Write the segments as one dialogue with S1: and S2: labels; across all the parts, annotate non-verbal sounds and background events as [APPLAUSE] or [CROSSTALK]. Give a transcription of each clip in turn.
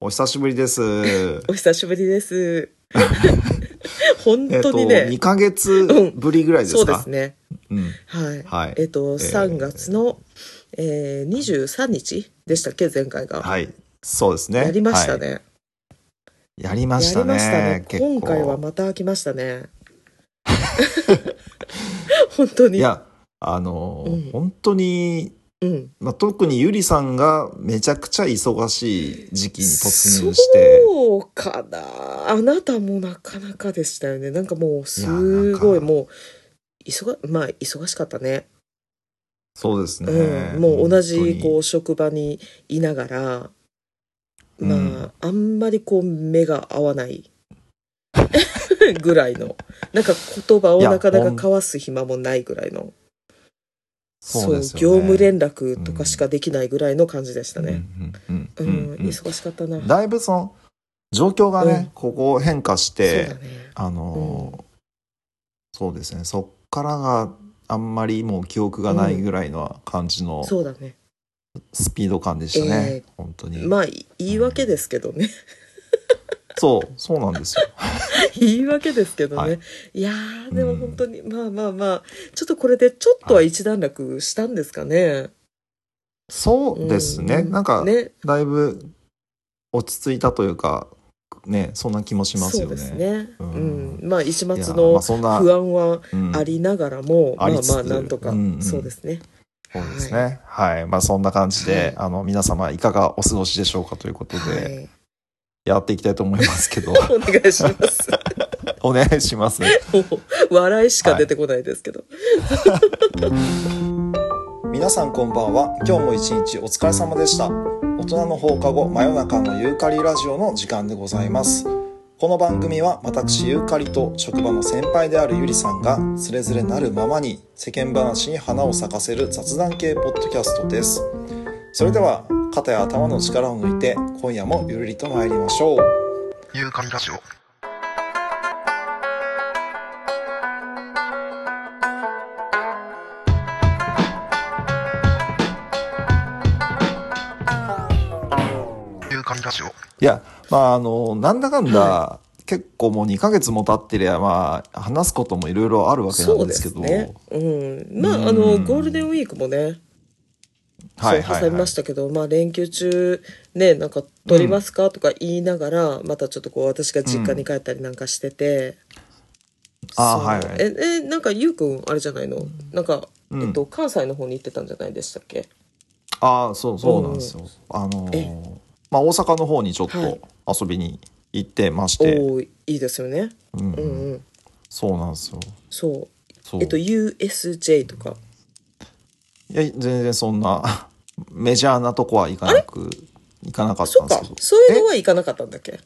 S1: お久しぶりです。
S2: お久しぶりです。 [LAUGHS] 本
S1: えっ
S2: 当
S1: と、
S2: にね、
S1: 2ヶ月ぶりぐらいです
S2: そうで
S1: か、
S2: すね。
S1: うん
S2: はい。
S1: はい
S2: えっ、と、3月の、えー23日でしたっけ、前回が。
S1: はい。そうですね。
S2: やりましたね。
S1: はい。やりまし
S2: や
S1: た
S2: りましたね
S1: ね。。結構
S2: 今回はまた開きましたね。
S1: [LAUGHS]
S2: 本当に。
S1: いや、あの、
S2: うん
S1: 本当に、
S2: うん。
S1: まあ、特にゆりさんがめちゃくちゃ忙しい時期に突入して、
S2: そうかな。あなたもなかなかでしたよね。なんかもう、す
S1: い
S2: ご、
S1: やないんか
S2: もう、忙、まあ、忙しかったね。
S1: そうですね。
S2: うん、もう同じこ
S1: 本
S2: う職場にいながら、
S1: うん
S2: まあ、あんまりこう目が合わない [LAUGHS] ぐらいのなんか言葉をなかなか交わす暇もないぐらいの
S1: 当にそうですよ
S2: 業
S1: ね。
S2: 務連絡とかしかできないぐらいの感じでしたね。
S1: うんう
S2: うんん
S1: うんうん
S2: 忙しかったな。
S1: うんだいぶその、状況がね、
S2: うん
S1: ここ変化し
S2: そう
S1: て
S2: だ、ね。
S1: あのーそうですねそっからがあんまりもう記憶がないぐらいの感じの
S2: そうだね。
S1: スピード感でしたね、本当に、
S2: まあい言い訳ですけどね。 [LAUGHS]
S1: そうそうなんですよ
S2: 言い訳ですけどね。、
S1: はい
S2: やーでも本当に、まあまあまあちょっとこれでちょっとは一段落したんですかね。
S1: そうですね、
S2: うん
S1: なんか
S2: ね
S1: だいぶ落ち着いたというかねそんな気もしますよ
S2: そう
S1: ね
S2: ですね、
S1: う
S2: うんんまあ一末
S1: いやま
S2: の
S1: あそん
S2: 不
S1: な、
S2: 安は
S1: うん
S2: ありながらも、
S1: あり
S2: まあ
S1: つつ
S2: まあなんとか、
S1: うんうん
S2: そうですね
S1: そうですねはい、まあそんな感じで、あの皆様いかがお過ごしでしょうかということで、
S2: はい
S1: やっていきたいと思いますけど [LAUGHS]
S2: お願いします
S1: お願いします
S2: もう笑いしか出てこないですけど、
S1: 皆さんこんばんは今日も一日お疲れ様でした大人の放課後真夜中のユーカリラジオの時間でございますこの番組は私ユーカリと職場の先輩であるゆりさんがつれづれなるままに世間話に花を咲かせる雑談系ポッドキャストですそれでは肩や頭の力を抜いて今夜もゆるりと参りましょう
S3: ユーカリラジオ。ユーカリラジオ。
S1: いや、まあ、あの、なんだかんだ、結構もう2ヶ月も経ってりゃ、まあ、話すこともいろいろあるわけな
S2: そ
S1: ん
S2: う
S1: で
S2: です
S1: け
S2: す
S1: ど、
S2: ねうんまああ
S1: う
S2: の
S1: ん
S2: ゴールデンウィークもね
S1: は
S2: そ
S1: いうはい、
S2: 挟み
S1: は
S2: ま
S1: い
S2: し。たけど、まあ連休中ねなんか撮りますかとか言いながら、またちょっとこう私が実家に帰ったりなんかしてて、
S1: あー
S2: そう
S1: はいはい
S2: ええなんかゆうくんあれじゃないのなんか、
S1: うん
S2: えっと、関西の方に行ってたんじゃないでしたっけ
S1: ああそうそうなんですよ、あのーまあ、大阪の方にちょっ
S2: はい
S1: と遊びに行ってまして、
S2: おおいいですよね
S1: うん
S2: うんうん
S1: そうなんですよ
S2: そう
S1: そう
S2: えっと USJ とか
S1: いや全然そんな [LAUGHS] メジャーなとこは行かなく行かなかった
S2: そ
S1: ん
S2: っ
S1: です
S2: か
S1: けど
S2: そういうのは行かなかったんだっけ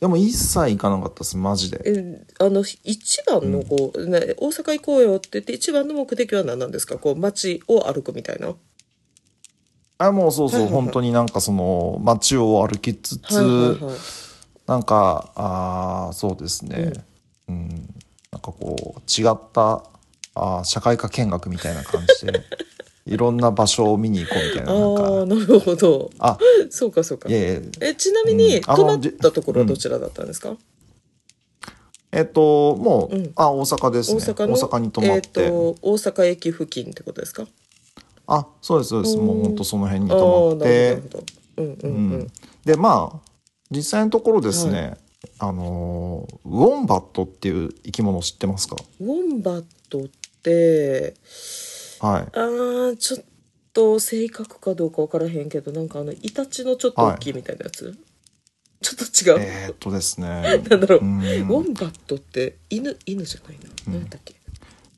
S1: でも一切行かなかったですマジで
S2: えあの一番のこう、ね大阪行こうよって言って一番の目的は何なんですかこう街を歩くみたいな
S1: あもうそうそう、
S2: はいはいはい
S1: 本当になんかその街を歩きつつ、
S2: はいはいはい
S1: なんかあーそうですねうん、なんかこう違ったあー社会科見学みたいな感じで
S2: [LAUGHS]
S1: いろんな場所を見に行こうみたい
S2: あ
S1: ななん
S2: あ
S1: か
S2: なるほど [LAUGHS]
S1: あ
S2: そうかそうか
S1: いやいや
S2: えちなみに、
S1: うんあの
S2: 泊まったところはどちらだったんですか、
S1: えっと、もう、
S2: うん
S1: あ、大阪です
S2: 大
S1: ね。
S2: 阪の
S1: に泊まって。
S2: えっと大阪駅付近ってことですか
S1: あ、そうです、そうです。
S2: うん
S1: もう本当その辺に
S2: ああー
S1: 泊まっ
S2: なる
S1: て
S2: ほ。どなるほどうん
S1: う
S2: うんうん、
S1: ん。で、まあ、実際のところですね、あのー、ウォンバットっていう生き物知ってますか
S2: ウォンバットって
S1: はい。
S2: あーちょっと正確かどうか分からへんけどなんかあのイタチのちょっと大きいみたいなやつ、ちょっと違う、。
S1: えーっとですね
S2: [LAUGHS] なんだろう、
S1: うん
S2: ウォンバットって犬犬じゃないな、なんだっけ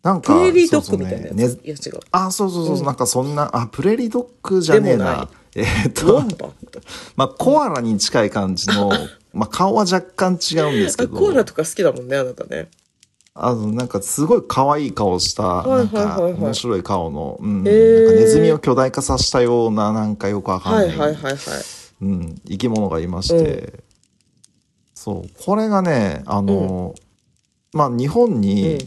S1: なんか、
S2: プレーリードッ
S1: そう
S2: グ
S1: そう
S2: み
S1: ね
S2: たいなやつ、
S1: ね
S2: いや違う
S1: あ、そうそうそう、
S2: うん
S1: なんかそんな、あ、プレーリードッグじゃねえ
S2: でも
S1: な
S2: ない。
S1: えーっ
S2: ウォ
S1: と
S2: ン、バット
S1: [LAUGHS] まあ、コアラに近い感じ
S2: [LAUGHS]
S1: の、まあ、顔は若干違うんですけ
S2: あ
S1: ど。
S2: コーラとか好きだもんねあなたね
S1: あの、なんかすごい可愛い顔した、
S2: い
S1: なん
S2: はい
S1: か
S2: はいはい
S1: 面白い顔の、うん、
S2: へー
S1: なんかネズミを巨大化させたような、なんかよくわかんな
S2: はい
S1: い、
S2: はいはいはい
S1: うん、生き物がいまして、そう、これがね、あの、まあ、日本に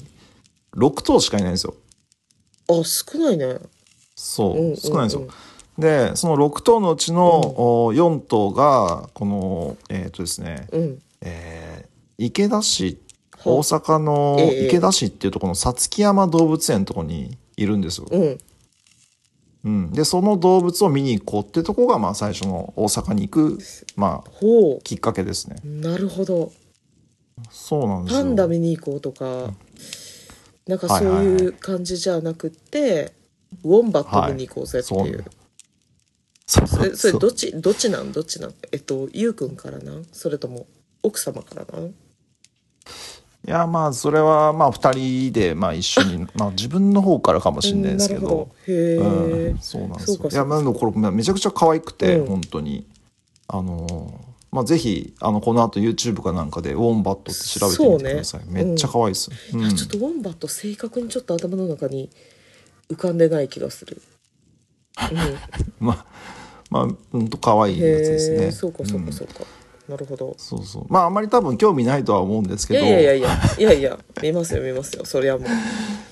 S1: 6頭しかいないんですよ。
S2: あ少ないね
S1: そう、
S2: うんうんうん
S1: 少ないんですよ。でその6頭のうちの4頭がこのえっ、とですね、
S2: うん。
S1: えー池田市
S2: ほう
S1: 大阪の
S2: ええ
S1: 池田市っていうところのさつき山動物園のとこにいるんですよ、
S2: うん。
S1: うん、でその動物を見に行こうってとこがまあ最初の大阪に行く、まあ、
S2: ほ
S1: きっかけですね
S2: う。なるほど。
S1: そうなんですよ
S2: パンダ見に行こうとか、なんかそう
S1: はいはい
S2: い
S1: は
S2: う感じじゃなくって、ウォンバット見に行こうぜって
S1: そう
S2: いう。
S1: そう
S2: それそれ
S1: そう
S2: どっちどっちなんどっちなんえっとゆうくんからなんそれとも奥様からなん
S1: いやまあそれはまあ2人でまあ一緒にまあ自分の方からかもしれないですけど
S2: うんるほへえ、
S1: うん、そうなんです
S2: そう
S1: よい
S2: か
S1: やまあでもこれめちゃくちゃ可愛くて、
S2: うん
S1: 本当にあのーまあ、ぜひあのこの後 YouTube かなんかで「ウォンバット」って調べてみてください、
S2: そうね
S1: めっちゃ可愛いです、うん
S2: [LAUGHS] あちょっとウォンバット正確にちょっと頭の中に浮かんでない気がする、う
S1: [LAUGHS] まあまあうんと可愛
S2: ん、
S1: い
S2: へ
S1: やつですね
S2: えそうかそうか
S1: ん
S2: そうか、なるほど
S1: そうそうまああんまり多分興味ないとは思うんです
S2: い
S1: けど
S2: やいやいやいやいやいや見ますよ見ますよそりゃもう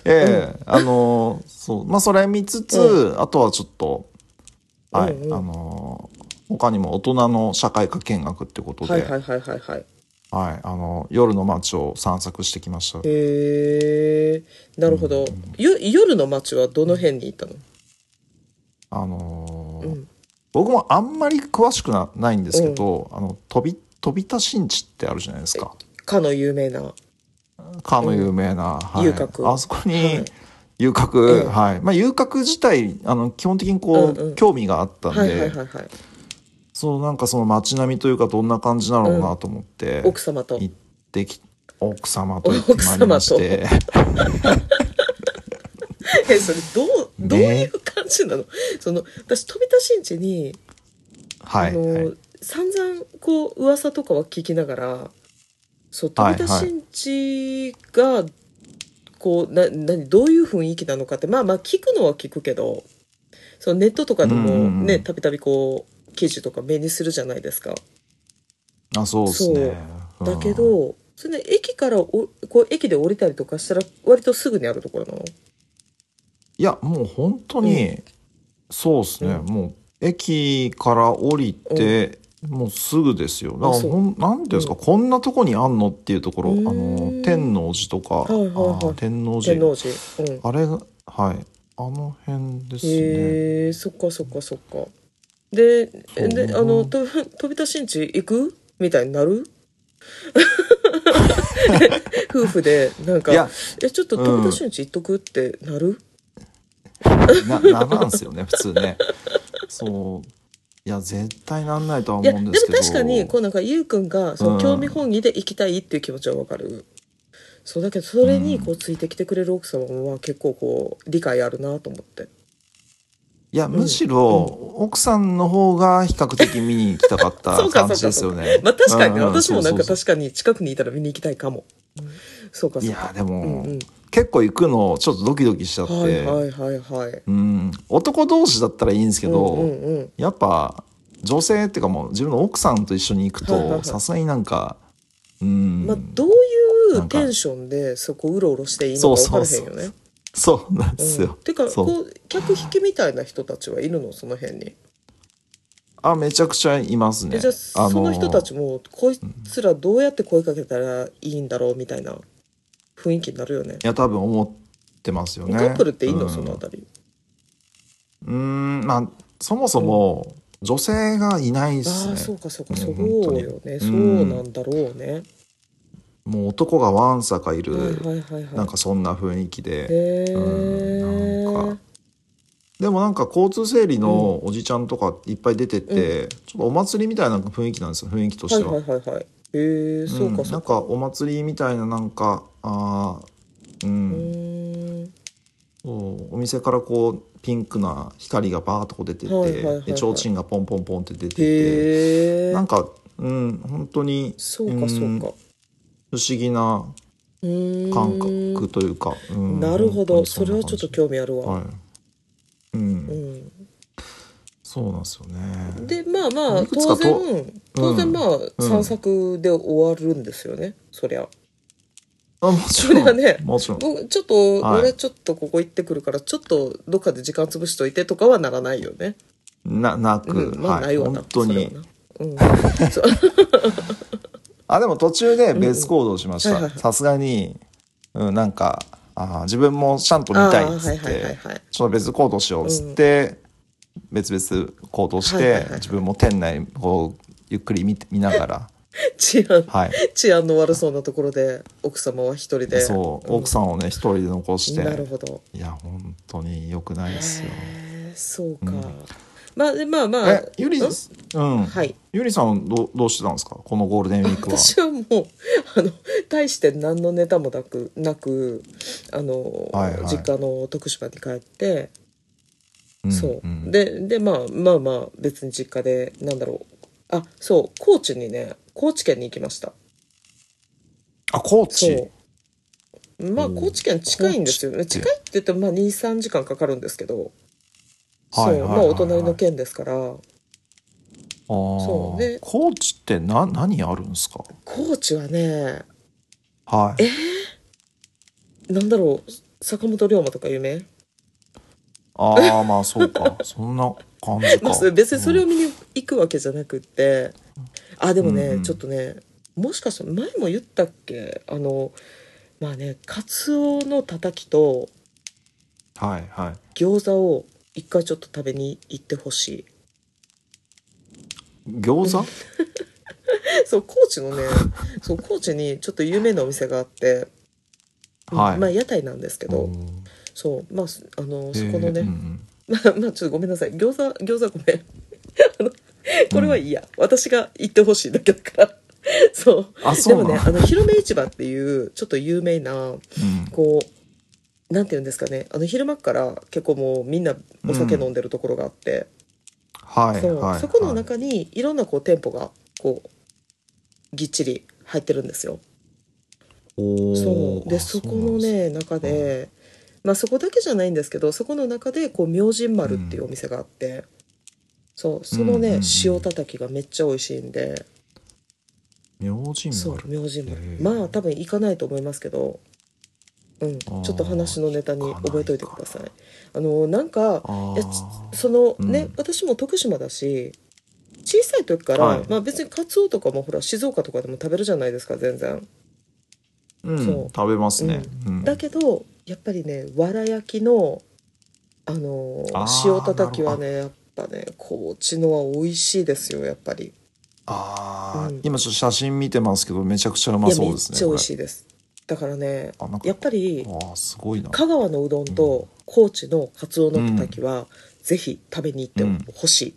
S1: ええあのーそうまあそれ見つつ、あとはちょっとはい、
S2: うんうん
S1: あのー他にも大人の社会科見学ってことで、
S2: は
S1: はいい
S2: はいはいはいはい
S1: あの夜の街を散策してきました
S2: へえなるほど、よ夜の街はどの辺に行ったの
S1: あのー
S2: うん
S1: 僕もあんまり詳しくなないんですけど、あの飛び飛び田新地ってあるじゃないですか
S2: かの有名な
S1: かの有名な、はい、
S2: 遊郭
S1: あそこ
S2: は
S1: に
S2: い
S1: 遊
S2: う
S1: 郭、
S2: ん
S1: はいまあ、遊郭自体あの基本的にこう、
S2: うんうん
S1: 興味があったんで、
S2: はいはいはいはい
S1: そうなんかその街並みというかどんな感じなのかなと思って、
S2: 奥様と
S1: 行ってき奥様と行ってまいりまして
S2: えそれどう
S1: ね
S2: どういう感じなの,、その私飛び出しんちに、
S1: は
S2: あ
S1: い、[LAUGHS]
S2: の
S1: はい
S2: 散々こう噂とかは聞きながらそう飛び出しんちが、こうな何どういう雰囲気なのかってまあまあ聞くのは聞くけどそのネットとかで
S1: うんうんう
S2: も
S1: ん
S2: ねたびたびこう記事とか目にするじゃないですか。
S1: あそうですねうん
S2: だけど、それで駅からおこう駅で降りたりとかしたら割とすぐにあるところなの
S1: いやもう本当に、そうですね、
S2: うん
S1: もう駅から降りて、もうすぐですよだから
S2: あそう
S1: ほんなんていうんですか、
S2: う
S1: こんなとこにあんのっていうところ、
S2: うん
S1: あの天王寺とか、
S2: いはいはい
S1: あー天王寺
S2: 天王寺。うん
S1: あれがはいあの辺ですね
S2: へえそっかそっかそっかで
S1: そう
S2: であのと [LAUGHS] 飛び出しんち行くみたいになる [LAUGHS] 夫婦でなんか
S1: いや
S2: えちょっと飛び出しんち行っとくってなる、
S1: なななんですよね普通ねそういや絶対なんないとはい
S2: や
S1: 思う
S2: で
S1: ん
S2: も
S1: ですけど
S2: 確かにこうなんかゆうくんがそ
S1: うん
S2: の興味本位で行きたいっていう気持ちはわかる、そうだけどそれにこうついてきてくれる奥様は結構こう理解あるなと思って
S1: いやむしろ、奥さんの方が比較的見に行きたかっ
S2: そ
S1: た
S2: うか
S1: 感じですよね
S2: まあ確かにね、
S1: うんうん
S2: 私もなん
S1: そう
S2: か
S1: そうそう
S2: 確かに近くにいたら見に行きたいかも、そうか
S1: い
S2: そうか
S1: やでも、
S2: うんうん
S1: 結構行くのちょっとドキドキしちゃって、
S2: はいはいはいはい。
S1: うん、男同士だったらいいんですけど、
S2: うんうんうん、
S1: やっぱ女性っていうかもう自分の奥さんと一緒に行く
S2: はいはいは
S1: と
S2: い
S1: さすがになんかうん、
S2: まあどういうテンションでそこうろうろしていいのか分からへんよ
S1: そうそう
S2: ね。
S1: そうなんで
S2: う
S1: すよ
S2: ん、、てか
S1: そう
S2: こう客引きみたいな人たちはいるのその辺に。
S1: あめちゃくちゃいますね
S2: えじゃあ
S1: あ
S2: その人たちもこいつらどうやって声かけたらいいんだろうみたいな雰囲気になるよね。
S1: いや多分思ってますよね
S2: カップルっていいの、
S1: うん
S2: そのあたり。
S1: うーんまあそもそも女性がいないで
S2: ああ
S1: す
S2: そ
S1: ね
S2: うかそうか
S1: うん
S2: そう
S1: 本当に
S2: よね、
S1: ん
S2: そうなんだろうね。
S1: もう男がわんさかいる、
S2: はいはいはいはい。
S1: なんかそんな雰囲気で、
S2: へえ、
S1: うんなんかでもなんか交通整理のおじちゃんとかいっぱい出てって、ちょっとお祭りみたいな雰囲気なんですよ雰囲気とし
S2: はい
S1: ては、
S2: はいはいはい。へえそう
S1: うん
S2: かそ
S1: な
S2: うんか。
S1: かお祭りみたいななんかあーうん、
S2: うーん
S1: そうお店からこうピンクな光がバーッとこう出てて、
S2: はいはいはいはい
S1: で提灯がポンポンポンって出てて
S2: へえ
S1: なんかうん本当に
S2: そうか
S1: ん
S2: そうか
S1: 不思議な
S2: うーん
S1: 感覚というか、うん
S2: なるほ
S1: 本当
S2: ど
S1: に
S2: そ
S1: ん
S2: れ
S1: な
S2: は
S1: 感
S2: ちょっ
S1: じ
S2: と興味あるわ、
S1: はい、うん
S2: うん、
S1: そうなんですよね
S2: でまあまあ
S1: いくつか
S2: 当
S1: と
S2: 然当
S1: う
S2: 然
S1: ん
S2: まあ散策で終わるんですよね、そりゃ
S1: あもち
S2: そ
S1: ろ
S2: れ
S1: ん
S2: はね
S1: もちろん
S2: 僕ちょっと、
S1: はい
S2: 俺ちょっとここ行ってくるからちょっとどっかで時間潰しといてとかはならないよね
S1: ななく、
S2: うん、まあ
S1: は
S2: ないいわな、
S1: 本当に
S2: それはなうん [LAUGHS] そう
S1: あでも途中で別行動しまし
S2: うんうんはい
S1: た
S2: はいはい
S1: さすがに、うん、なんかあー自分もちゃんと見たいっつっ
S2: あーはいはいはい
S1: て
S2: はい
S1: ちょっと別行動しようっつって、別々行動して、
S2: はいはいはい
S1: 自分も店内をゆっくり見て見なが
S2: [LAUGHS]
S1: ら
S2: 治安、
S1: はい
S2: 治安の悪そうなところで奥様は一人で
S1: そう奥さんをね一人で残して
S2: なるほど
S1: いや本当に良くないですよ。
S2: へーそうか、
S1: うん
S2: まあでまあまあ
S1: えゆり
S2: うん
S1: うん、
S2: はい
S1: ゆりさんはどうどうしてたんですかこのゴールデンウィークは。
S2: 私はもうあの大して何のネタもなくなくあの、
S1: はいはい
S2: 実家の徳島に帰って、
S1: ん
S2: そう、
S1: ん
S2: ででまあまあまあ別に実家でなんだろうあそう高知にね高知県に行きました
S1: あ高知
S2: そうまあ
S1: うん
S2: 高知県近いんですよね
S1: 高知
S2: 近
S1: って
S2: いって言ってもまあ23時間かかるんですけど
S1: はいはいはいはい
S2: そうまあお隣の県ですから
S1: あー
S2: そうで
S1: 高知ってな何あるんですか
S2: 高知はね
S1: はい。
S2: なんだろう坂本龍馬とか有名
S1: ああまあそう
S2: [LAUGHS]
S1: かそんな感じか
S2: まあ、それ。別にそれを
S1: うん
S2: 見に行くわけじゃなくって、あでもね、
S1: うんうん
S2: ちょっとねもしかしたら前も言ったっけあのまあねカツオのたたきと
S1: はいはい。
S2: 餃子を一回ちょっと食べに行ってほしい [LAUGHS]
S1: 餃子
S2: そう高知
S1: [LAUGHS]
S2: のねそう高知にちょっと有名なお店があって、
S1: はい。
S2: まあ屋台なんですけど、
S1: うん
S2: そうまあすあのそ
S1: へー
S2: このね、
S1: うんうん
S2: [LAUGHS] まあ、まあちょっとごめんなさい餃子餃子ごめん [LAUGHS] あのこれはいいや、私が行ってほしいだけだから [LAUGHS] そう
S1: あそ
S2: で
S1: うな
S2: も
S1: の。
S2: ねあの広め市場っていうちょっと有名な
S1: うん
S2: こうなんて言うんですかねあの昼間から結構もうみんなお酒飲んでるところがあって、
S1: はい
S2: そう
S1: はい。
S2: そこの
S1: はい
S2: 中にいろんなこう店舗がこうぎっちり入ってるんですよ。
S1: おー
S2: そうで
S1: あ
S2: そこ
S1: うなん
S2: の
S1: す
S2: ね中で、まあ、そこだけじゃないんですけどそこの中でこう明神丸っていうお店があって、そうそ
S1: う
S2: のね、
S1: んうんうん
S2: 塩たたきがめっちゃ美味しいんで、
S1: 明神
S2: そう
S1: 丸。
S2: 明神丸、
S1: へえ
S2: まあ多分行かないと思いますけど、うん、ちょ
S1: ー
S2: っと話のネタに
S1: 行かないか
S2: 覚えといてください。あのなんか
S1: あー
S2: いやつそのね、
S1: うん
S2: 私も徳島だし小さい時から、
S1: はい
S2: まあ、別にカツオとかもほら静岡とかでも食べるじゃないですか全然。
S1: うん
S2: そう
S1: 食べますね。うん
S2: だけどやっぱりねわら焼きのあのー
S1: あー
S2: 塩たたきはねやっぱね高知のは美味しいですよやっぱり
S1: ああ
S2: うん
S1: 今ちょっと写真見てますけどめちゃくちゃうま
S2: いや
S1: そう
S2: めっ
S1: ですね。
S2: ちゃ美味しいですだからね
S1: これあなんか
S2: やっぱり
S1: あーすごいな。
S2: 香川のうどんと高知のカツオのたたきは、ぜひ食べに行ってほしい、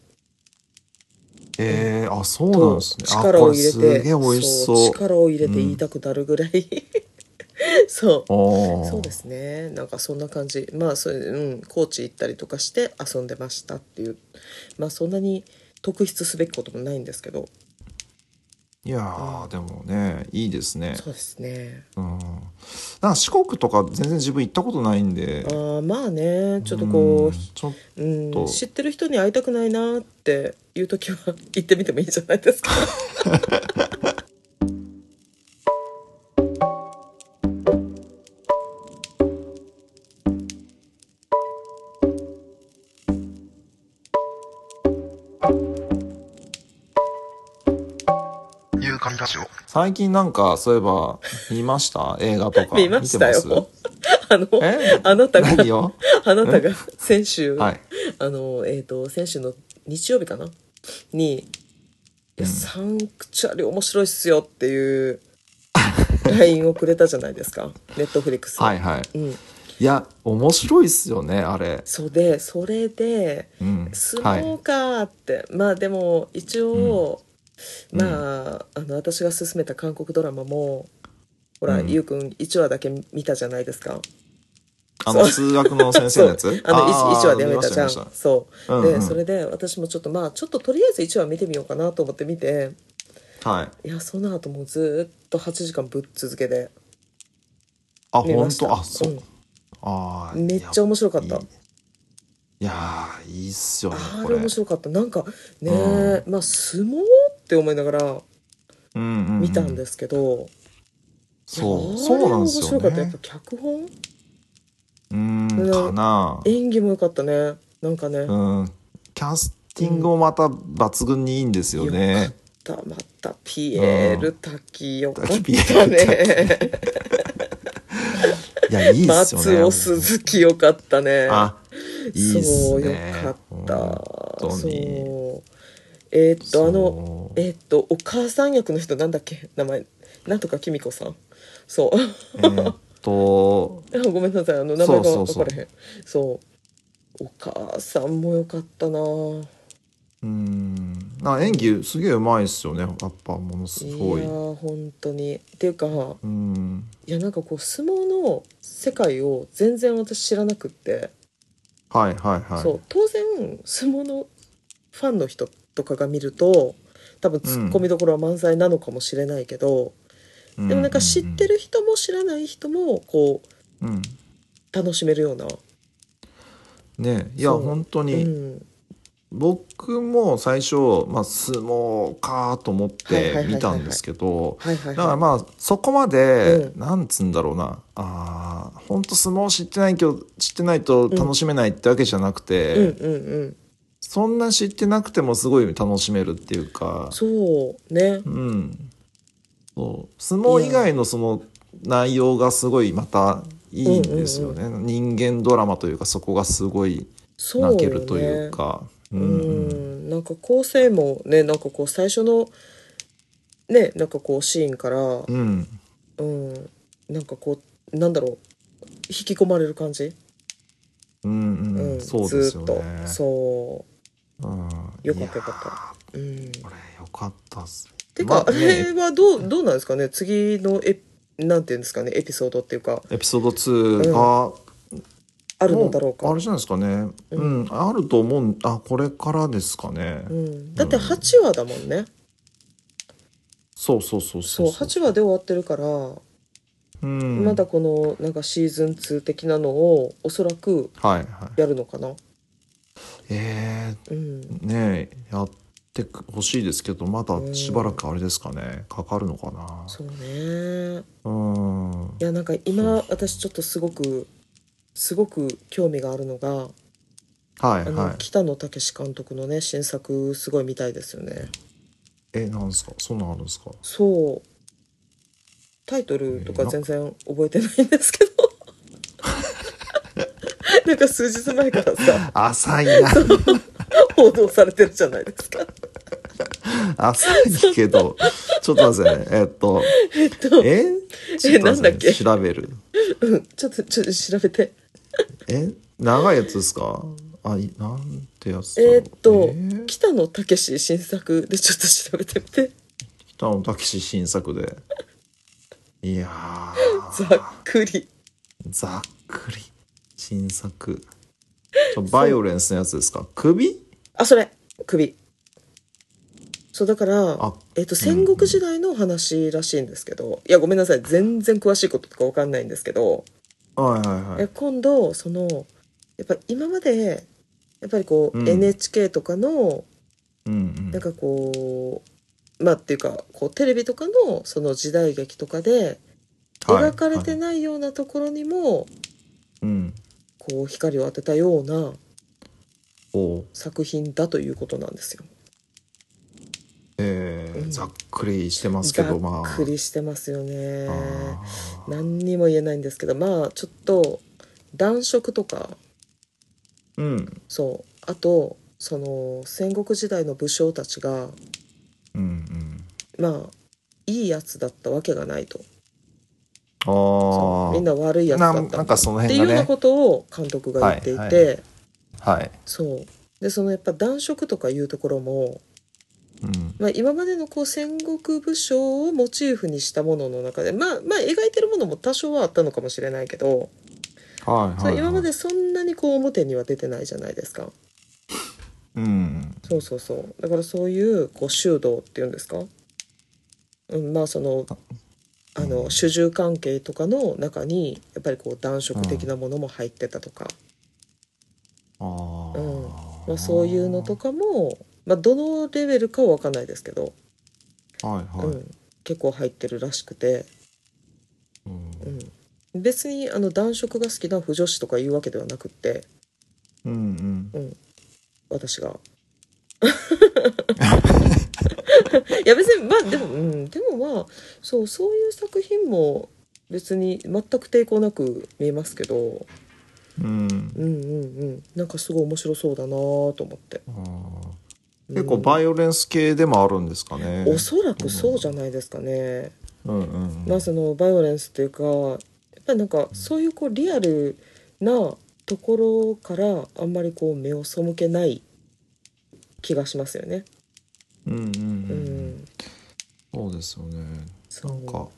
S1: えー、あそうなん
S2: と
S1: ですね。あ
S2: 力
S1: こ
S2: を
S1: れ
S2: 入れ
S1: すげえ
S2: て
S1: 美味しそう。
S2: そう力を入れて言いたくなるぐらい、 [LAUGHS] そう
S1: おー
S2: そうですねなんかそんな感じまあそれ、うん、高知行ったりとかして遊んでましたっていうまあそんなに特筆すべきこともないんですけど
S1: いやー、でもねいいですね。
S2: そうですね
S1: うんなんか四国とか全然自分行ったことないんで
S2: あーまあねちょっと
S1: うん
S2: こ
S1: ちょっ
S2: う、うん
S1: と
S2: 知ってる人に会いたくないなっていう時は行ってみてもいいんじゃないですか
S3: ゆうかみラジオ。
S1: 最近なんかそういえば見ました
S2: [LAUGHS]
S1: 映画とか
S2: 見ました
S1: 見てま
S2: よ [LAUGHS] あの
S1: すえ
S2: あなたが
S1: 何よ
S2: あなたが先週、
S1: はい
S2: あのえっ、と先週の日曜日かなに「いやサンクチュアリ面白いっすよ」っていう LINE をくれたじゃないですかネットフリックス
S1: はいはい
S2: うん、
S1: いや面白いっすよねあれ
S2: そうでそれで
S1: うん
S2: 「相
S1: はい
S2: 撲か」って、まあでも一応、
S1: うん
S2: まああの私が勧めた韓国ドラマもほら、
S1: うん
S2: ゆうくん1話だけ見たじゃないですか
S1: あの数学の先生のや
S2: そう
S1: つ
S2: あの
S1: ー
S2: 1, 話でやめたじゃん
S1: 見ました見まし
S2: そう、
S1: うんうん
S2: でそれで私もちょっとまあちょっととりあえず1話見てみようかなと思って見て
S1: たはい
S2: いやその後もうずーっと8時間ぶっ続けで
S1: あ
S2: 見ま
S1: 本
S2: した
S1: 当あそう、あ
S2: う
S1: ー
S2: んめっちゃ面白かっ
S1: い
S2: た
S1: やいいいやーいいっすよね
S2: あ
S1: こ
S2: れ
S1: れ
S2: 面白かったなんかね、
S1: う
S2: まあ相撲って思いながら
S1: うんうんうん
S2: 見たんですけど、
S1: そう
S2: いや
S1: そうなんです
S2: あれ面白か
S1: よ
S2: ったやっ
S1: ね
S2: ぱ脚本
S1: うんかな
S2: 演技も良かったねなんかね、
S1: うん、キャスティングもまた抜群にいいんですよね。
S2: またまたピエール滝よかったね、
S1: ピエーいや、いいっすよね。
S2: 松尾鈴木よかったね
S1: あ、いいっす
S2: そうよ
S1: ね。
S2: かった
S1: 本当に。
S2: そうえーっとあの
S1: の
S2: えーっとお母さん役の人なんだっけ名前なんとかきみこさんそう
S1: えーっと、
S2: あ [LAUGHS] ごめんなさいあの名前が
S1: そうそう
S2: 分
S1: そう
S2: かれへんそうお母さんもよかったな
S1: うん、なんか演技すげえうまいっすよね。やっぱものす
S2: いや
S1: ごい。
S2: ー本当にっていうか
S1: うん、
S2: いやなんかこう相撲の世界を全然私知らなくって、
S1: はいはいはい。
S2: そう当然相撲のファンの人とかが見ると多分ツッコミどころは満載なのかもしれないけど、
S1: う
S2: でもなんか知ってる人も知らない人もこう
S1: うん。うん
S2: 楽しめるような、
S1: ねいや
S2: そう
S1: 本当
S2: う
S1: に、
S2: ん、
S1: 僕も最初、まあ、相撲かと思っ
S2: はいは
S1: て
S2: いはいはいはい
S1: 見たんですけど
S2: はいは
S1: だ
S2: い
S1: から
S2: は
S1: まあそこまで、
S2: う
S1: なんつうんだろうなあーほんと相撲知ってないけど知ってないと楽しめないってわけじゃなくて、
S2: いうんうんうん
S1: そんな知ってなくてもすごい楽しめるっていうか
S2: そうね
S1: うんそう相撲以外のその内容がすごいまたいいんですよね、人間ドラマというかそこがすごい
S2: そうよ
S1: 泣
S2: ね
S1: けるというかう
S2: うん
S1: うん
S2: んなんか構成もねなんかこう最初のねなんかこうシーンから、
S1: うん
S2: うん、なんかこうなんだろう引き込まれる感じ、
S1: うんう
S2: う
S1: んん、そうですよ
S2: ずーっ
S1: ね。
S2: とそう
S1: うん、
S2: よかった
S1: いやー
S2: よかう、うん、
S1: これよかったっす。
S2: てか、
S1: まあ
S2: あ
S1: ね
S2: れはど [LAUGHS] うどうなんですかね次のエなんていうんですかねエピソードっていうか
S1: エピソード2が、
S2: あるのだろう
S1: も
S2: か
S1: あれ、じゃないですかね。
S2: う
S1: うん、あると思うん。あ、これからですかね。
S2: うん、だって8話だもんね、
S1: そうそうそう
S2: そ
S1: そううそう。
S2: 8話で終わってるから、
S1: うん、
S2: まだこのなんかシーズン2的なのをおそらく
S1: はいはい。
S2: やるのかな
S1: え
S2: うん
S1: ー、ねえやってほしいですけど、まだしばらくあれですかね。かかるのかな。
S2: そうね
S1: うん。
S2: いやなんか今私ちょっとすごくすごく興味があるのが
S1: はい
S2: あの、
S1: はい。
S2: 北野武監督のね新作すごい見たいですよね
S1: え、なんですか。そんなんあるんですか。
S2: そうタイトルとか全然覚えてないんですけ [LAUGHS] どなんか数日前からさ
S1: 浅いな。
S2: 報道されてるじゃないですか
S1: 浅いけど、ちょっと待ってくださいね。えっ
S2: [LAUGHS]
S1: と、
S2: えっと
S1: えちょっと
S2: なんだっ
S1: 待
S2: け
S1: てね調べる。
S2: うんちょっとちょっと調べて
S1: え長いやつですかあ、いなんてやつだろう
S2: えーっと、
S1: えー
S2: 北野武新作でちょっと調べてみて
S1: 北野武史新作で。いやー、
S2: ざっくり
S1: ざっくり。新作。ちょバイオレンスのやつ
S2: [LAUGHS]
S1: ですか首
S2: あそれ首そうだから
S1: あ
S2: えっと戦国時代の話らしいんですけど、いやごめんなさい全然詳しいこととかわかんないんですけど、
S1: はいはいは
S2: え
S1: い。
S2: 今度そのやっぱ今までやっぱりこう、
S1: うん
S2: NHK とかの
S1: うんうん
S2: なん。かこうまあっていうかこうテレビとかのその時代劇とかで
S1: はい
S2: 描かれて
S1: はい
S2: ないようなところにも
S1: うん。
S2: こう光を当てたような
S1: おう
S2: 作品だということなんですよ。
S1: えー
S2: うん
S1: ざっくりしてますけ
S2: ざ
S1: ど、まあ。
S2: っくりしてますよね。
S1: あー
S2: 何にも言えないんですけどまあちょっと暖色とか
S1: うん。
S2: そうあとその戦国時代の武将たちが
S1: うんうん。
S2: まあいいやつだったわけがないと
S1: ああ。
S2: そうみんな悪いやつだ
S1: な
S2: った
S1: なんかその
S2: ってい
S1: 辺
S2: う
S1: が
S2: ような
S1: ね
S2: ことを監督が言っていて、
S1: はいははい、
S2: そうでそのやっぱ男色とかいうところも、
S1: うん、
S2: まあ、今までのこう戦国武将をモチーフにしたものの中でまあまあ描いてるものも多少はあったのかもしれないけど、
S1: はいはい、
S2: そう今までそんなにこう表には出てないじゃないですか。
S1: うん
S2: そうそうそうだからそういうこう修道っていうんですか、うん、まあそのあの主従関係とかの中にやっぱりこう男色的なものも入ってたとか、
S1: あー、
S2: うんまあ、そういうのとかも、まあ、どのレベルかは分かんないですけど、
S1: はいはい、う
S2: うんん、結構入ってるらしくて、うん、別にあの男色が好きな不女子とかいうわけではなくって
S1: うんうん
S2: 私がいや別にまあでもうんでもまあそうそういう作品も別に全く抵抗なく見えますけど
S1: うん
S2: うんうんうんなんかすごい面白そうだなと思って、
S1: あー
S2: うん
S1: 結構バイオレンス系でもあるんですかね
S2: おそらくそうじゃないですかね、
S1: うんうん
S2: まあそのバイオレンスっていうかやっぱりなんかそういうこうリアルなところからあんまりこう目を背けない気がしますよね。
S1: うんうんうん
S2: うん、
S1: そうですよね
S2: そ
S1: な
S2: うん
S1: か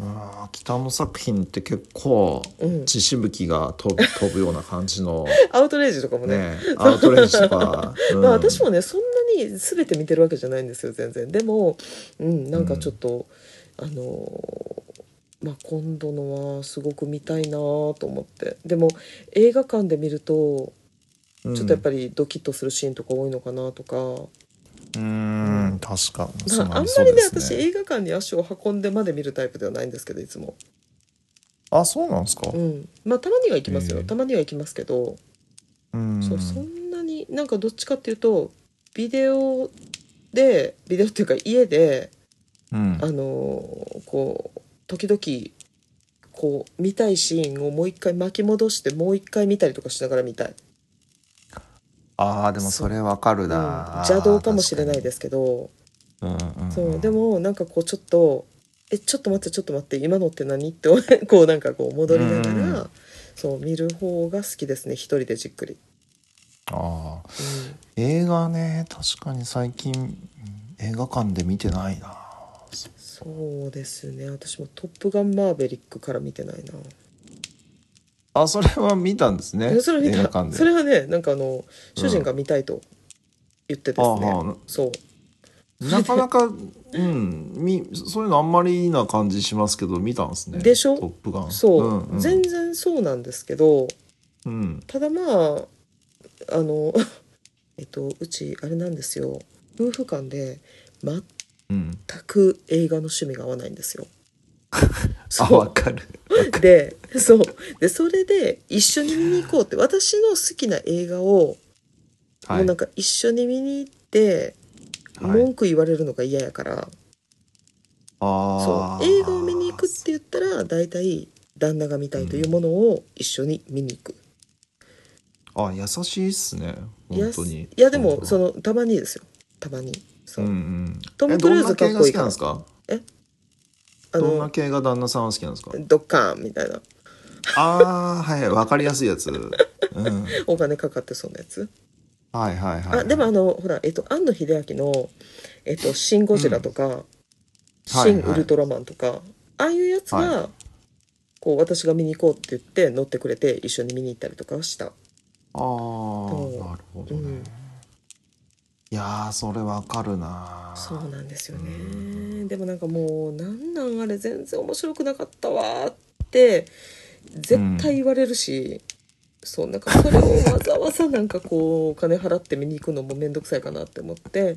S1: あー北の作品って結構
S2: うん
S1: 血しぶきが飛ぶ飛ぶような感じの
S2: アウトレイジとかもね [LAUGHS]
S1: ねアウトレイジとか、うん
S2: まあ、私もねそんなに全て見てるわけじゃないんですよ全然でも、うん、なんかちょっと、あのーまあ、今度のはすごく見たいなと思ってでも映画館で見ると
S1: うん
S2: ちょっとやっぱりドキッとするシーンとか多いのかなとか、
S1: うーん確かそう
S2: まあ、
S1: な
S2: あ
S1: んり
S2: ま
S1: そう
S2: りね
S1: です
S2: 私映画館に足を運んでまで見るタイプではないんですけどいつも、
S1: あそうなんですか
S2: うん、まあたまには行きますよ、
S1: へえ
S2: たまには行きますけど、
S1: うん
S2: そうそんなになんかどっちかっていうとビデオでビデオっていうか家で
S1: うん
S2: あのーこう時々こう見たいシーンをもう一回巻き戻してもう一回見たりとかしながら見たい、
S1: ああでもそれわかる
S2: うん、
S1: な、
S2: 邪道かもしれないですすけど
S1: うんうんん
S2: そうでもなんかこうちょっと「えちょっと待ってちょっと待って今のって何?」ってこうなんかこう戻りながら、
S1: うん
S2: そう見る方が好きですね一人でじっくり。
S1: ああ
S2: うん
S1: 映画ね確かに最近うん映画館で見てないな
S2: そうですね私も「トップガンマーヴェリック」から見てないな
S1: あそれは見たんですね
S2: えそれ見
S1: 映画
S2: た
S1: 館で
S2: それはねなんかあの
S1: うん
S2: 主人が見たいと言ってですね、
S1: ああああ
S2: そう
S1: なかなか、 [LAUGHS] うん、み、そういうのあんまりな感じしますけど、見たんですね。
S2: でしょ
S1: トップガン。
S2: そう、
S1: んうん、
S2: 全然そうなんですけど
S1: うん。
S2: ただまああの [LAUGHS] えっとうちあれなんですよ夫婦間で全
S1: うん。
S2: く映画の趣味が合わないんで
S1: [LAUGHS]
S2: すよ
S1: あ、わかる。
S2: でそうでそれで一緒に見に行こうって私の好きな映画を
S1: は
S2: [LAUGHS] もう
S1: い。
S2: なんか一緒に見に行って
S1: はい、
S2: 文句言われるのが嫌やから、
S1: ああ。
S2: そう映画を見に行くって言ったら大体旦那が見たいというものを一緒に見に行く、
S1: あ、優しいっすね。
S2: いや
S1: 本当に。
S2: いやでもそ
S1: の。
S2: のたまにですよたまにそうう、
S1: んうん。
S2: トム
S1: え
S2: クルーズ
S1: どんな系が好きなん
S2: かっこいいから
S1: ですか。
S2: あ
S1: どんな
S2: の
S1: 系が旦那さんは好きなんです
S2: [LAUGHS]
S1: か。
S2: ドッカーンみたいな
S1: ああ、はい、わかりやすいやつ。うん。
S2: お金かかってそうなやつ、
S1: はいはいはい。
S2: あでもあのほらえっと庵野秀明の「えっと、シン・ゴジラ」とか「
S1: はい
S2: シン・
S1: はい
S2: ウルトラマン」とか、ああいうやつが、
S1: は
S2: こう私が見に行こうって言って乗ってくれて一緒に見に行ったりとかした
S1: あ
S2: そう
S1: あ、なるほどね。
S2: うん
S1: いやー、それわかるな。
S2: そうなんですよねでもなんかもうなんなんあれ全然面白くなかったわーって絶対言われるし、そうなんかそれをわざわざなんかこうお金払って見に行くのも面倒くさいかなって思って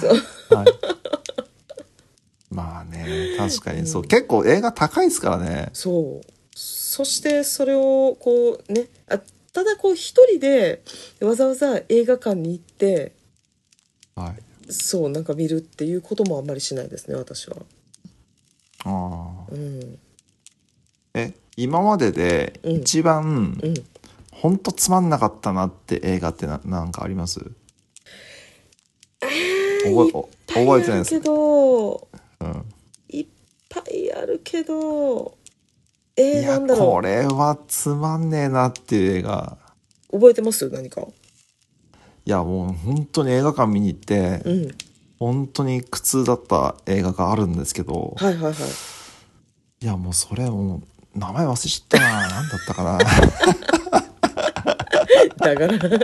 S2: そう
S1: はい、まあね確かにそう、
S2: うん
S1: 結構映画高いですからね
S2: そうそしてそれをこうねあただこう一人でわざわざ映画館に行って
S1: はい
S2: そうなんか見るっていうこともあんまりしないですね私は。
S1: あー
S2: うん
S1: え今までで
S2: うん
S1: 一番、
S2: うん
S1: ほんとつまんなかったなって映画ってななんかあります覚えお覚えてないです
S2: けど
S1: うん
S2: いっぱいあるけど
S1: い
S2: えー、な
S1: や
S2: んだろ
S1: これはつまんねえなっていう映画
S2: う覚えてます何か
S1: いやもう本当に映画館見に行って、
S2: うん
S1: 本当に苦痛だった映画があるんですけど、
S2: はいはいはい
S1: いやもうそれもう名前忘れちゃった
S2: [LAUGHS]
S1: な何だったかな
S2: だから [LAUGHS] だから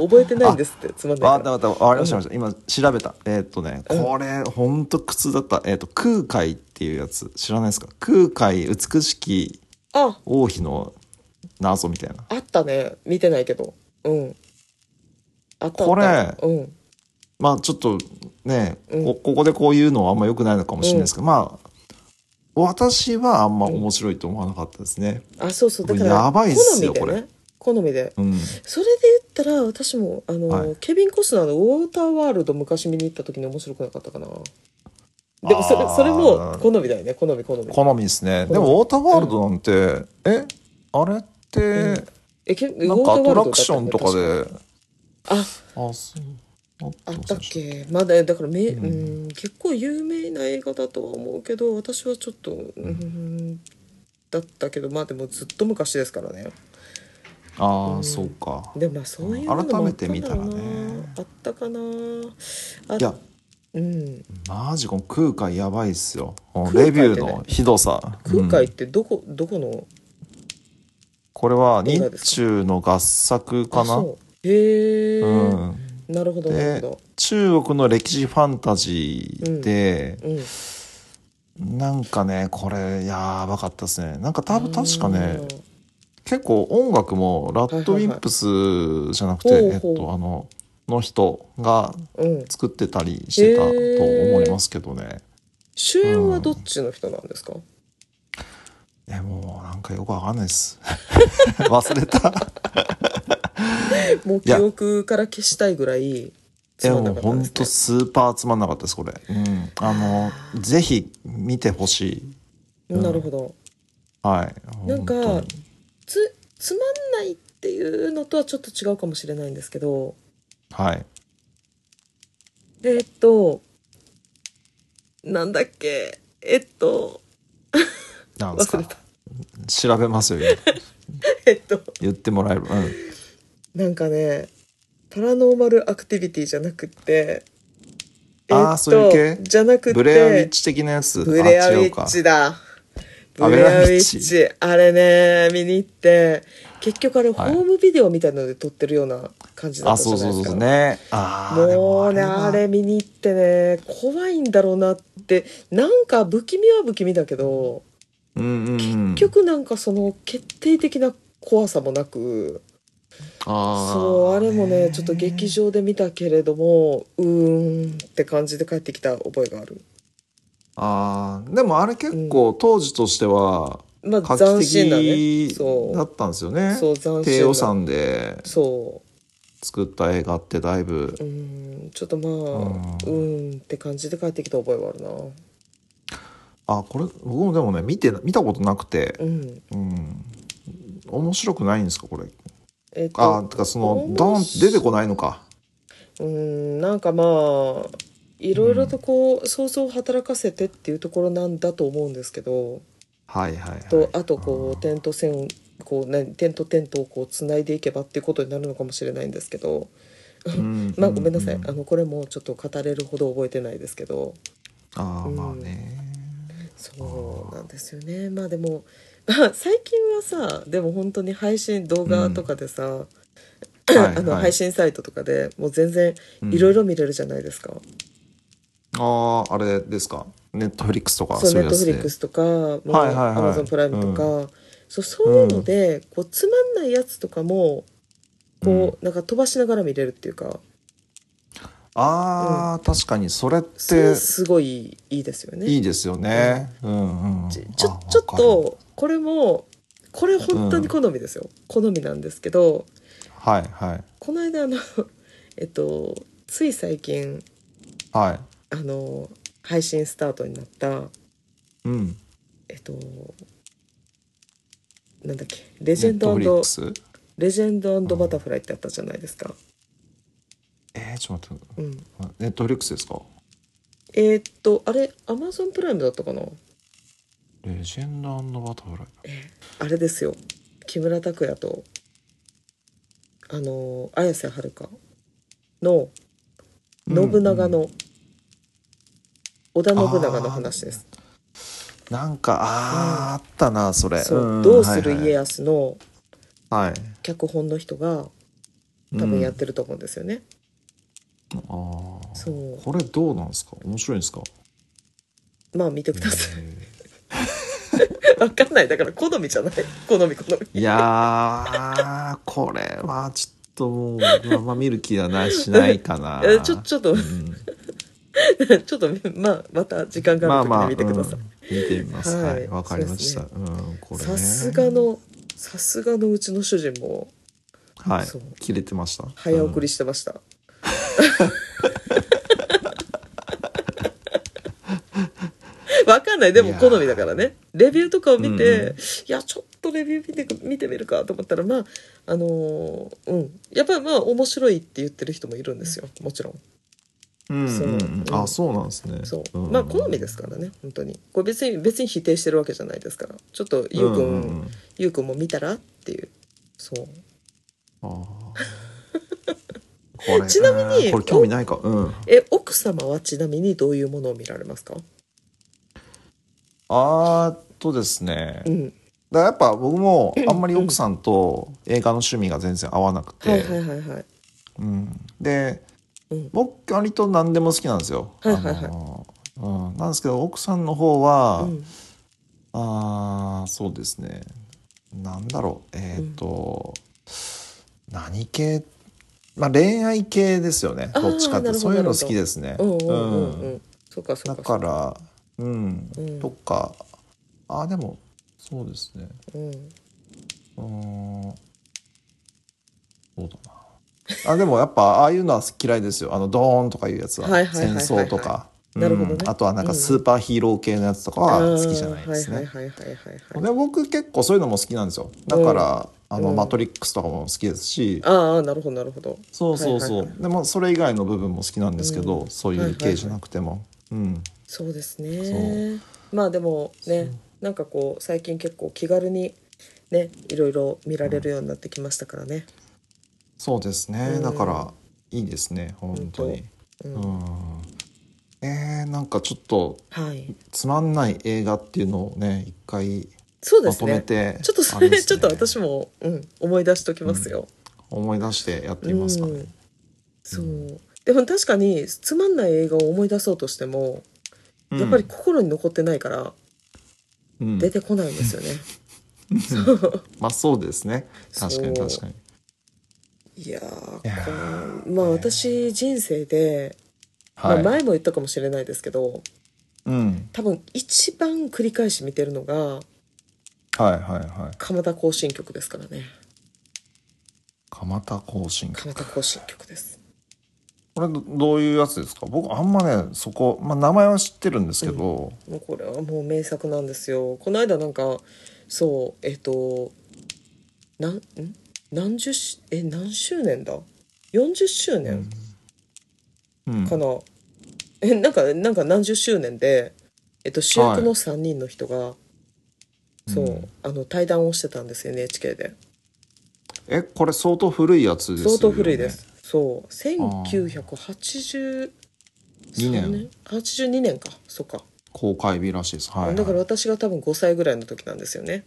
S2: 覚えてないんですってつまん
S1: わ
S2: な
S1: か
S2: い
S1: っ
S2: か
S1: た
S2: ら
S1: わかったわかりましたわかりました今調べたえーっとね
S2: うん
S1: これほんと苦痛だったえーっと空海っていうやつ知らないですか空海美しき
S2: あ
S1: 王妃の謎みたいな
S2: あったね見てないけどうんあったあった
S1: これ
S2: うん
S1: まあちょっとね
S2: うん
S1: こここでこういうのはあんま良くないのかもしれないですけどまあ私はあんま面白いと思わなかったですね
S2: あそうそうだか
S1: これ
S2: ら
S1: やばいっすよ
S2: 好みでね好みで
S1: うん、
S2: それで言ったら私もあの、
S1: はい
S2: ケビン・コスナーの「ウォーターワールド」昔見に行った時に面白くなかったかなでもそれ
S1: あー
S2: それも好みだよね好み好み
S1: 好みですねでもウォーターワールドなんて、えあれって、
S2: えケビン
S1: な
S2: ウォ
S1: ん
S2: ー
S1: か
S2: タ
S1: アト
S2: ーワールドだ
S1: ラ
S2: ったよね
S1: クションとかで
S2: あ
S1: あそう
S2: あ
S1: あ
S2: ったっけまだだからめ、う
S1: うん
S2: ん、結構有名な映画だとは思うけど私はちょっとうん、だったけどまあでもずっと昔ですからね
S1: あー、
S2: うん
S1: そうか
S2: でもまあそういうものも
S1: 改
S2: あ
S1: め
S2: った
S1: て
S2: ん
S1: 見
S2: だ
S1: た
S2: ろ
S1: ら
S2: うな
S1: ね
S2: あったかなあ
S1: いや
S2: うん
S1: マジこの空海やばいっすよもう
S2: 空
S1: レ
S2: 海って
S1: ビ
S2: ね
S1: ューのひどさ
S2: 空
S1: うん
S2: 海ってどこ、どこの
S1: これは
S2: 映
S1: 日
S2: 画ですか
S1: 中の合作か
S2: あ
S1: な
S2: そうへえ、
S1: うん、
S2: なるほどなるほ
S1: で中国の歴史ファンタジーで、
S2: ど、うん、
S1: なんかねこれやばかったですねなんか多分確かね
S2: あー
S1: 結構音楽もラッドウィンプスじゃなくて、
S2: はいはいはい
S1: えっ
S2: ほうほ
S1: とあのの人が
S2: うん、
S1: 作ってたりしてたと
S2: へー
S1: 思いますけどね、
S2: 主演はどっちの人なんですか、
S1: えもうなんかよくわかんないです [LAUGHS] 忘れ
S2: [LAUGHS]
S1: た
S2: もう記憶から消したいぐらい
S1: い
S2: つ
S1: や
S2: まん
S1: も
S2: な
S1: う
S2: かった
S1: ほん
S2: んです、ね、
S1: とスーパーつまんなかったですこれ、うん、あのぜひ見てほしいうん
S2: なるほど
S1: はい
S2: なんか
S1: 本当に
S2: つつまんないっていうのとはちょっと違うかもしれないんですけど
S1: はい
S2: えーっとなんだっけえっと
S1: なんです
S2: 忘
S1: か
S2: れた [LAUGHS]
S1: 調べますよ今
S2: えっと
S1: 言ってもらえる、うん、
S2: なんかねパラノーマルアクティビティじゃなくって
S1: あー
S2: っと
S1: そういう系
S2: じゃなくって
S1: ブレアウィッチ的なやつ
S2: ブレアウ
S1: あ
S2: ィッ
S1: 違う
S2: チだ。
S1: あ
S2: ブレアウィ
S1: ブ
S2: ッチ。あれね、見に行って、結局あれ、ホ
S1: はい
S2: ームビデオみたいなので撮ってるような感じ
S1: か
S2: だ
S1: あ
S2: ったじ
S1: そ
S2: ゃ
S1: う
S2: な
S1: そ
S2: いう
S1: そうそ
S2: ですか。
S1: うねあーで
S2: もうね、
S1: は
S2: あれ見に行ってね、怖いんだろうなって、なんか不気味は不気味だけど、
S1: うんうんうん
S2: 結局なんかその決定的な怖さもなく、
S1: あー
S2: そう、あれもね、ちょっと劇場で見たけれども、うーんって感じで帰ってきた覚えがある。
S1: あーでもあれ結構当時としては
S2: まあ、
S1: 画
S2: 斬
S1: 期
S2: 新だね。
S1: 的だ
S2: そ
S1: ったんですよ
S2: う。
S1: ね
S2: そう、斬新だ
S1: 低予算で
S2: そう。
S1: 作った映画ってだいぶ
S2: うーんちょっとまあう
S1: うん
S2: ーんって感じで帰ってきた覚えはあるな
S1: あこれ僕もでもね見て見たことなくて
S2: うん
S1: うん面白くないんですかこれ
S2: えっと
S1: あてかその
S2: 面白
S1: ドーンって出てこないのか
S2: うーんなんかまあいろいろとこう想像を働かせてっていうところなんだと思うんですけど、
S1: はいはいはい
S2: とあとこう点と線こう何点と点とをこうつないでいけばっていうことになるのかもしれないんですけど
S1: うん
S2: まあごめんなさい、
S1: うう
S2: あのこれもちょっと語れるほど覚えてないですけど
S1: ああまあね
S2: そうなんですよねまあでも、 [LAUGHS] まあ、最近はさでも本当に配信動画とかでさ、
S1: はいはい
S2: あの配信サイトとかでもう全然いろいろ見れるじゃないですか、
S1: あああれですかネットフリックスとか
S2: そうネ
S1: い
S2: ットフリ
S1: や
S2: ッ
S1: つ
S2: ク
S1: で
S2: スとかもう
S1: はいはいはい
S2: アマゾンプライムとか、そうそういうので、こうつまんないやつとかもこう、なんか飛ばしながら見れるっていうか
S1: ああ、確かにそれっ
S2: それ
S1: て
S2: すごいいいですよね
S1: いいですよね。うんうん。
S2: ちちょ
S1: あ
S2: ちょっ。
S1: わ
S2: とこれもこれ本当に好みですよ、好みなんですけど、
S1: かるはいはい
S2: この間あの [LAUGHS] えっとつい最近
S1: はい。
S2: あの配信スタートになった
S1: うん。
S2: えっとなんだっけレジェンド
S1: ネットフリックス。
S2: レジェンドバタフライってあったじゃないですか、
S1: えー、ちょっと待って。
S2: うん、
S1: ネットフリックスですか。
S2: えーっとあれアマゾンプライムだったかな
S1: レジェンドバタフライ。
S2: あれですよ木村拓哉とあの綾瀬はるかの信長の、織田信長の話です
S1: なんかあーあったなそれ。
S2: そう
S1: ん
S2: 「どうする
S1: はい
S2: 家康」の
S1: はい。はい
S2: 脚本の人が多分やっ。
S1: うん
S2: てると思うんですよね、
S1: ああ。
S2: そう
S1: これどうなんですか。面白いんですか。
S2: まあ見てくださいわかんないだから好みじゃない好み好み
S1: いやーこれはちょっともう僕はあんま見る気はなしないかな。
S2: えちょちょっと
S1: う
S2: [LAUGHS]
S1: ん
S2: ちょっとまあまた時間がある時に見てください、
S1: うん見てみます。
S2: はい
S1: はい、わ、かりました。うん、これね。
S2: さすが。のさすがのうちの主人も
S1: はい
S2: そう。
S1: 切れてました。
S2: 早送
S1: り。
S2: りしてま [LAUGHS] した、わかんないでも好みだからねレビューとかを見て、
S1: うん
S2: いやちょっとレビュー見て見てみるかと思ったらまああのーうんやっぱりまあ面白いって言ってる人もいるんですよもちろん
S1: うん、うんうん。
S2: そう
S1: あ、そうなんですね。。
S2: そう、まあ好みですすからね本当にこれ別に別に否定してるわけじゃないですからちょっとゆうく
S1: ん
S2: ん、
S1: んん
S2: ゆうくんも見たらっていうそう
S1: あ
S2: [LAUGHS]
S1: ーこれ
S2: ちなみに
S1: えーこれ興味ないか。うん。
S2: え奥様はちなみにどういうものを見られますか
S1: あーっとですね。
S2: うん
S1: だからやっぱ僕もあんまり奥さんと映画の趣味が全然合わなくて、
S2: はいはいはいはい
S1: うん、で、
S2: うん
S1: 僕割と何でも好きなんですよ。
S2: はいはいはい
S1: あのうん、なんですけど奥さんの方は、
S2: うん
S1: あーそうですねなんだろうえっ、と、何系まあ恋愛系ですよね
S2: あー
S1: どっちかって
S2: なるほど
S1: そういうの好きですね。
S2: うんうんうん
S1: う
S2: う
S1: ん
S2: んそうかそ
S1: だ
S2: うかそ
S1: か
S2: う
S1: らうん、
S2: うん
S1: とかあーでもそうですね
S2: うん
S1: うーんそうだな。あでもやっぱああいうのは嫌いですよ。あのドーンとかいうやつは
S2: はいはいはい
S1: 戦
S2: はいはい
S1: 争とか、
S2: なるほどね
S1: うんあとはなんかスーパーヒーロー系のやつとかは好きじゃないです
S2: あー
S1: ね。
S2: はいはいはいはいはいはい
S1: で僕結構そういうのも好きなんですよ。だから、あの、
S2: うん
S1: マトリックスとかも好きですし、
S2: ああなるほどなるほど
S1: そうそうそう。
S2: はいはい
S1: でもそれ以外の部分も好きなんですけど、そういう系じゃなくても、うん。
S2: そうです
S1: そ
S2: ねまあでもねなんかこう最近結構気軽にねいろいろ見られるようになってきましたからね
S1: そうですね。
S2: うん
S1: だからいいですね。本当に。
S2: う
S1: うんん。えー、なんかちょっと
S2: はい
S1: つまんない映画っていうのをね一回
S2: そうで
S1: ますとめ
S2: ね
S1: て、
S2: ちょっとそ
S1: あ
S2: れ、
S1: ですね
S2: [LAUGHS] ちょっと私も、うん、思い出しときますよ。
S1: 思い出してやってみますか
S2: う
S1: ね
S2: んそう。でも確かに、つまんない映画を思い出そうとしても、
S1: うん
S2: やっぱり心に残ってないから、
S1: うん
S2: 出てこないんですよね。
S1: まあそうですね確かに
S2: そう
S1: 確かに
S2: いやー、
S1: いや
S2: こうまあ私、人生で、
S1: はい、
S2: まあ前も言ったかもしれないですけど、
S1: うん
S2: 多分一番繰り返し見てるの
S1: はい
S2: が、
S1: はいはい
S2: 蒲田行進曲ですからね。
S1: 蒲田行進曲
S2: 蒲田行進曲です。
S1: これどどういうやつですか僕あんまねそこ、まあ、名前は知ってるんですけど、
S2: もうこれはもう名作なんですよこの間なんかそうえっ、となんん何十しえ何周年だ40周年
S1: うん
S2: かな、えなんかなんか何十周年で、えっと主役の3人の人が、そう、
S1: うん
S2: あの対談をしてたんですよ NHK で
S1: えこれ相当古いやつですよね
S2: 相当古いですそう1982
S1: 2年
S2: 82年かそっか、
S1: 公開日らしいですはい、はい、
S2: だから私が多分5歳ぐらいの時なんですよね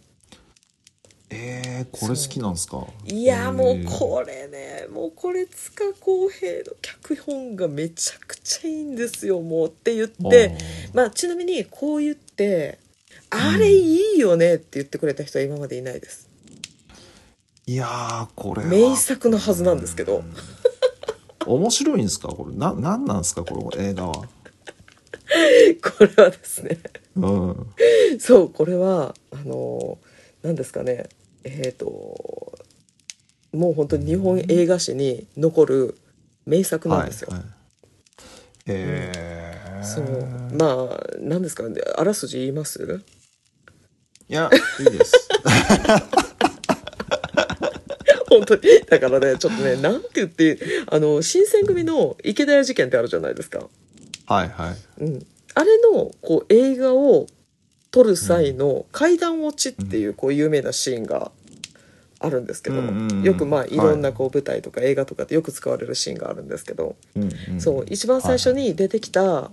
S1: えー、これ好きなんですか
S2: いやーもう
S1: えー
S2: これねもうこれ塚浩平の脚本がめちゃくちゃいいんですよもうって言ってまあちなみにこう言って「あれいいよね」って言ってくれた人は今までいないです
S1: いやーこれは
S2: 名作のはずなんですけど [LAUGHS]
S1: 面白いんですかこれななんなんですかこの映画は
S2: これはですね [LAUGHS]
S1: うん
S2: そうこれはあのー何ですかねえっ、ともう本当に日本映画史に残る名作なんですよ、
S1: はいはい、えー
S2: そうまあ何ですかねあらすじ言います [LAUGHS]
S1: いやいいです [LAUGHS]
S2: 本当にだからねちょっとねなんて言ってあの新選組の池田屋事件ってあるじゃないですか、
S1: はいはい
S2: うん、あれのこう映画を撮る際の階段落ちっていうこう有名なシーンがあるんですけど、
S1: うんうんうん
S2: よくまあ
S1: はい
S2: いろんなこう舞台とか映画とかでよく使われるシーンがあるんですけど、
S1: うんうん
S2: そう一番最初に出てきた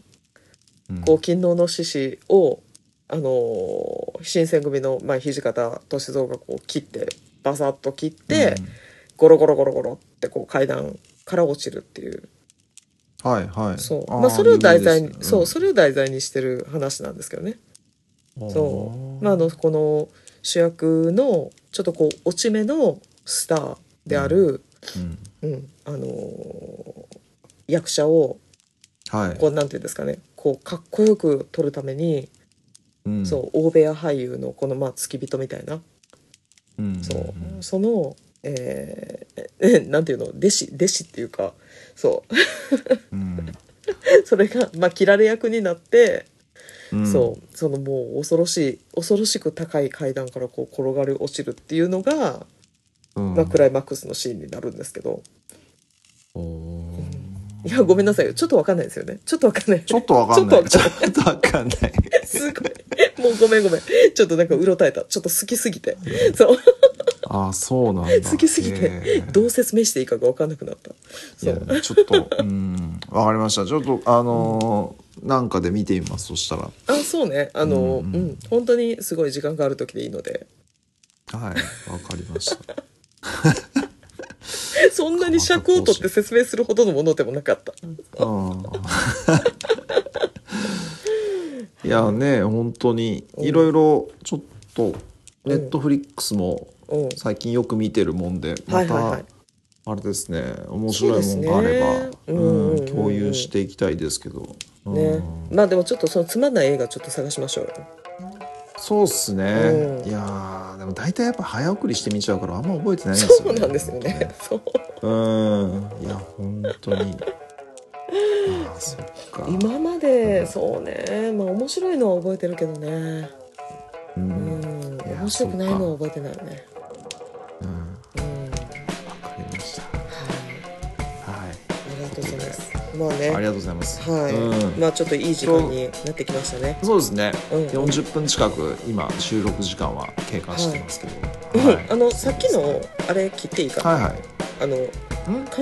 S1: うん
S2: こう勤労の獅子を、あのー新選組の、まあ、土方歳三がこう切ってバサッと切って。ゴロゴロゴロゴロってこう階段から落ちるっていう
S1: うんはいはい
S2: そう
S1: ー
S2: まあ、それを題材
S1: 有
S2: に、
S1: 名ですね
S2: そうそれを題材にしてる話なんですけどね、
S1: うん
S2: そう
S1: あー
S2: まあ、あのこの主役のちょっとこう落ち目のスターである、
S1: うん
S2: うんあのー役者を
S1: はい
S2: こうなんていうんですかねこうかっこよく撮るために、
S1: うん
S2: そう大部屋俳優のこのまあ付き人みたいな
S1: うん
S2: そう、
S1: ん
S2: そのえー、なんていうの弟子弟子っていうかそう [LAUGHS]
S1: うん
S2: それが、まあ、切られ役になって、
S1: うん
S2: そうそのもう恐ろしい恐ろしく高い階段からこう転がり落ちるっていうのが、
S1: うん
S2: まあ、クライマックスのシーンになるんですけど
S1: おー
S2: いやごめんなさいよちょっとわかんないですよねちょっとわかんない
S1: ちょっとわかんない。
S2: ち
S1: ち
S2: ょ
S1: ょ
S2: っ
S1: っとわかんない。
S2: すごいもうごめんごめんちょっとなんかうろたえたちょっと好きすぎてそう
S1: ああ、そうなんだ。
S2: [LAUGHS] 好きすぎて
S1: へー
S2: どう説明していいかがわかんなくなった
S1: い
S2: そ
S1: や
S2: う
S1: ちょっと、うん、わかりました。ちょっと、あのーなんかで見てみます、そしたら。
S2: あそうねあのう、
S1: うんん
S2: 本当にすごい時間がある時でいいので
S1: はい、わかりました。
S2: そんなに尺を取って説明するほどのものでもなかった [LAUGHS]
S1: うん。いやね、本当に、いろいろ、ちょっと、
S2: うん
S1: ネットフリックスも
S2: うん
S1: 最近よく見てるもんで、
S2: は
S1: ま
S2: いはいは
S1: た
S2: い、
S1: あれですね、面白いも
S2: そうんですね
S1: があれば、
S2: うんうんう
S1: うんん、共有していきたいですけど。う
S2: ね
S1: ん
S2: まあでもちょっとそのつまんない映画ちょっと探しましょうよ
S1: そうっすね、
S2: うん
S1: いやーでも大体やっぱ早送りしてみちゃうからあんま覚えてないんですよ、
S2: そ
S1: ね、
S2: うなんですよねそう
S1: うんいや本当 [LAUGHS] にああそっか
S2: 今までそうねまあ面白いのは覚えてるけどね
S1: う、
S2: うん
S1: わ
S2: ん
S1: いや
S2: 面白くないのは覚えてないよねうん
S1: かりました
S2: はい
S1: はい
S2: ありがとうございますまあね
S1: ありがとうございます
S2: はい、
S1: うん
S2: まあちょっといい時間になってきましたね。
S1: そうですね、
S2: うん
S1: 40分近く今収録時間は経過してますけ
S2: う
S1: ど、
S2: んあのさっき
S1: は
S2: のあれ切っていいかな、
S1: いはい
S2: あの
S1: ん
S2: か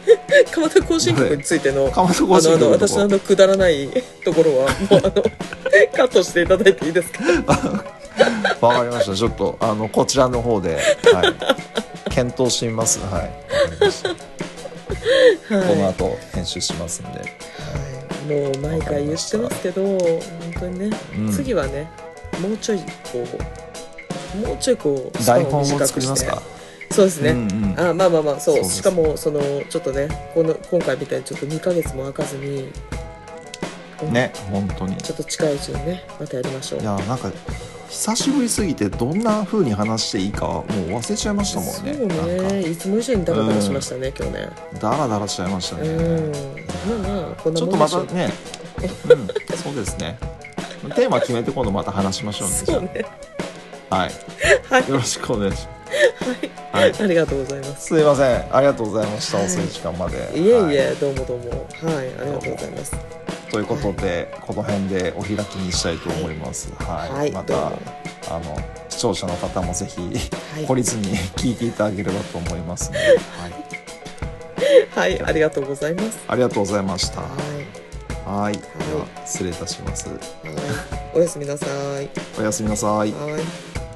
S2: [LAUGHS] 鎌田行進曲についてのあ
S1: 鎌田
S2: の
S1: ご主
S2: あ
S1: 人
S2: の
S1: の
S2: 私のあのくだらないところ
S1: [LAUGHS]
S2: はもうあのカットしていただいていいですか。
S1: わかりましたちょっとあのこちらの方で、はい、検討してみますはいわかりましたこの
S2: は
S1: 後編集しますんで、
S2: い。もう毎回言ってますけど本当にね、
S1: うん
S2: 次はねもうちょいこうもうちょいこうスパン
S1: 台本を
S2: 短くし
S1: 作
S2: て
S1: りますか、
S2: そうですね。
S1: うんうん
S2: あまあまあまあそう
S1: そうです
S2: しかもそのちょっとねこの今回みたいにちょっと2ヶ月も空かずに、うん
S1: ね本当に
S2: ちょっと近いうちにねまたやりましょう
S1: いやなんか久しぶりすぎてどんな風に話していいかもう忘れちゃいましたもんね
S2: そう
S1: なん
S2: ねいつも以上にダラダラしましたね、今日ね
S1: かダラダラしちゃいましたね、
S2: うんまあまあこんな
S1: ちょっと
S2: もんで
S1: ま
S2: しょ
S1: た
S2: う
S1: ね、うん、そうですねテーマ決めて今度また話しましょうねじゃ
S2: そうね
S1: あはい、
S2: はい
S1: よろしくお願いしま
S2: は
S1: はいい
S2: [LAUGHS] ありがとうございます
S1: すすいませんありがとうございました遅い時間まで
S2: いえ
S1: はい
S2: え、どうもどうもはいありがとうございます
S1: ということで、この辺でお開きにしたいと思います。はい、
S2: はい
S1: ま
S2: どう
S1: た
S2: も
S1: あの視聴者の方もぜひ、
S2: い
S1: [LAUGHS] 懲りずに聞いていただければと思いますので、はい、
S2: はいありがとうございます
S1: ありがとうございました。
S2: は
S1: はい、では失礼いたします。
S2: いはいおやすみなさい
S1: おやすみなさい。
S2: はい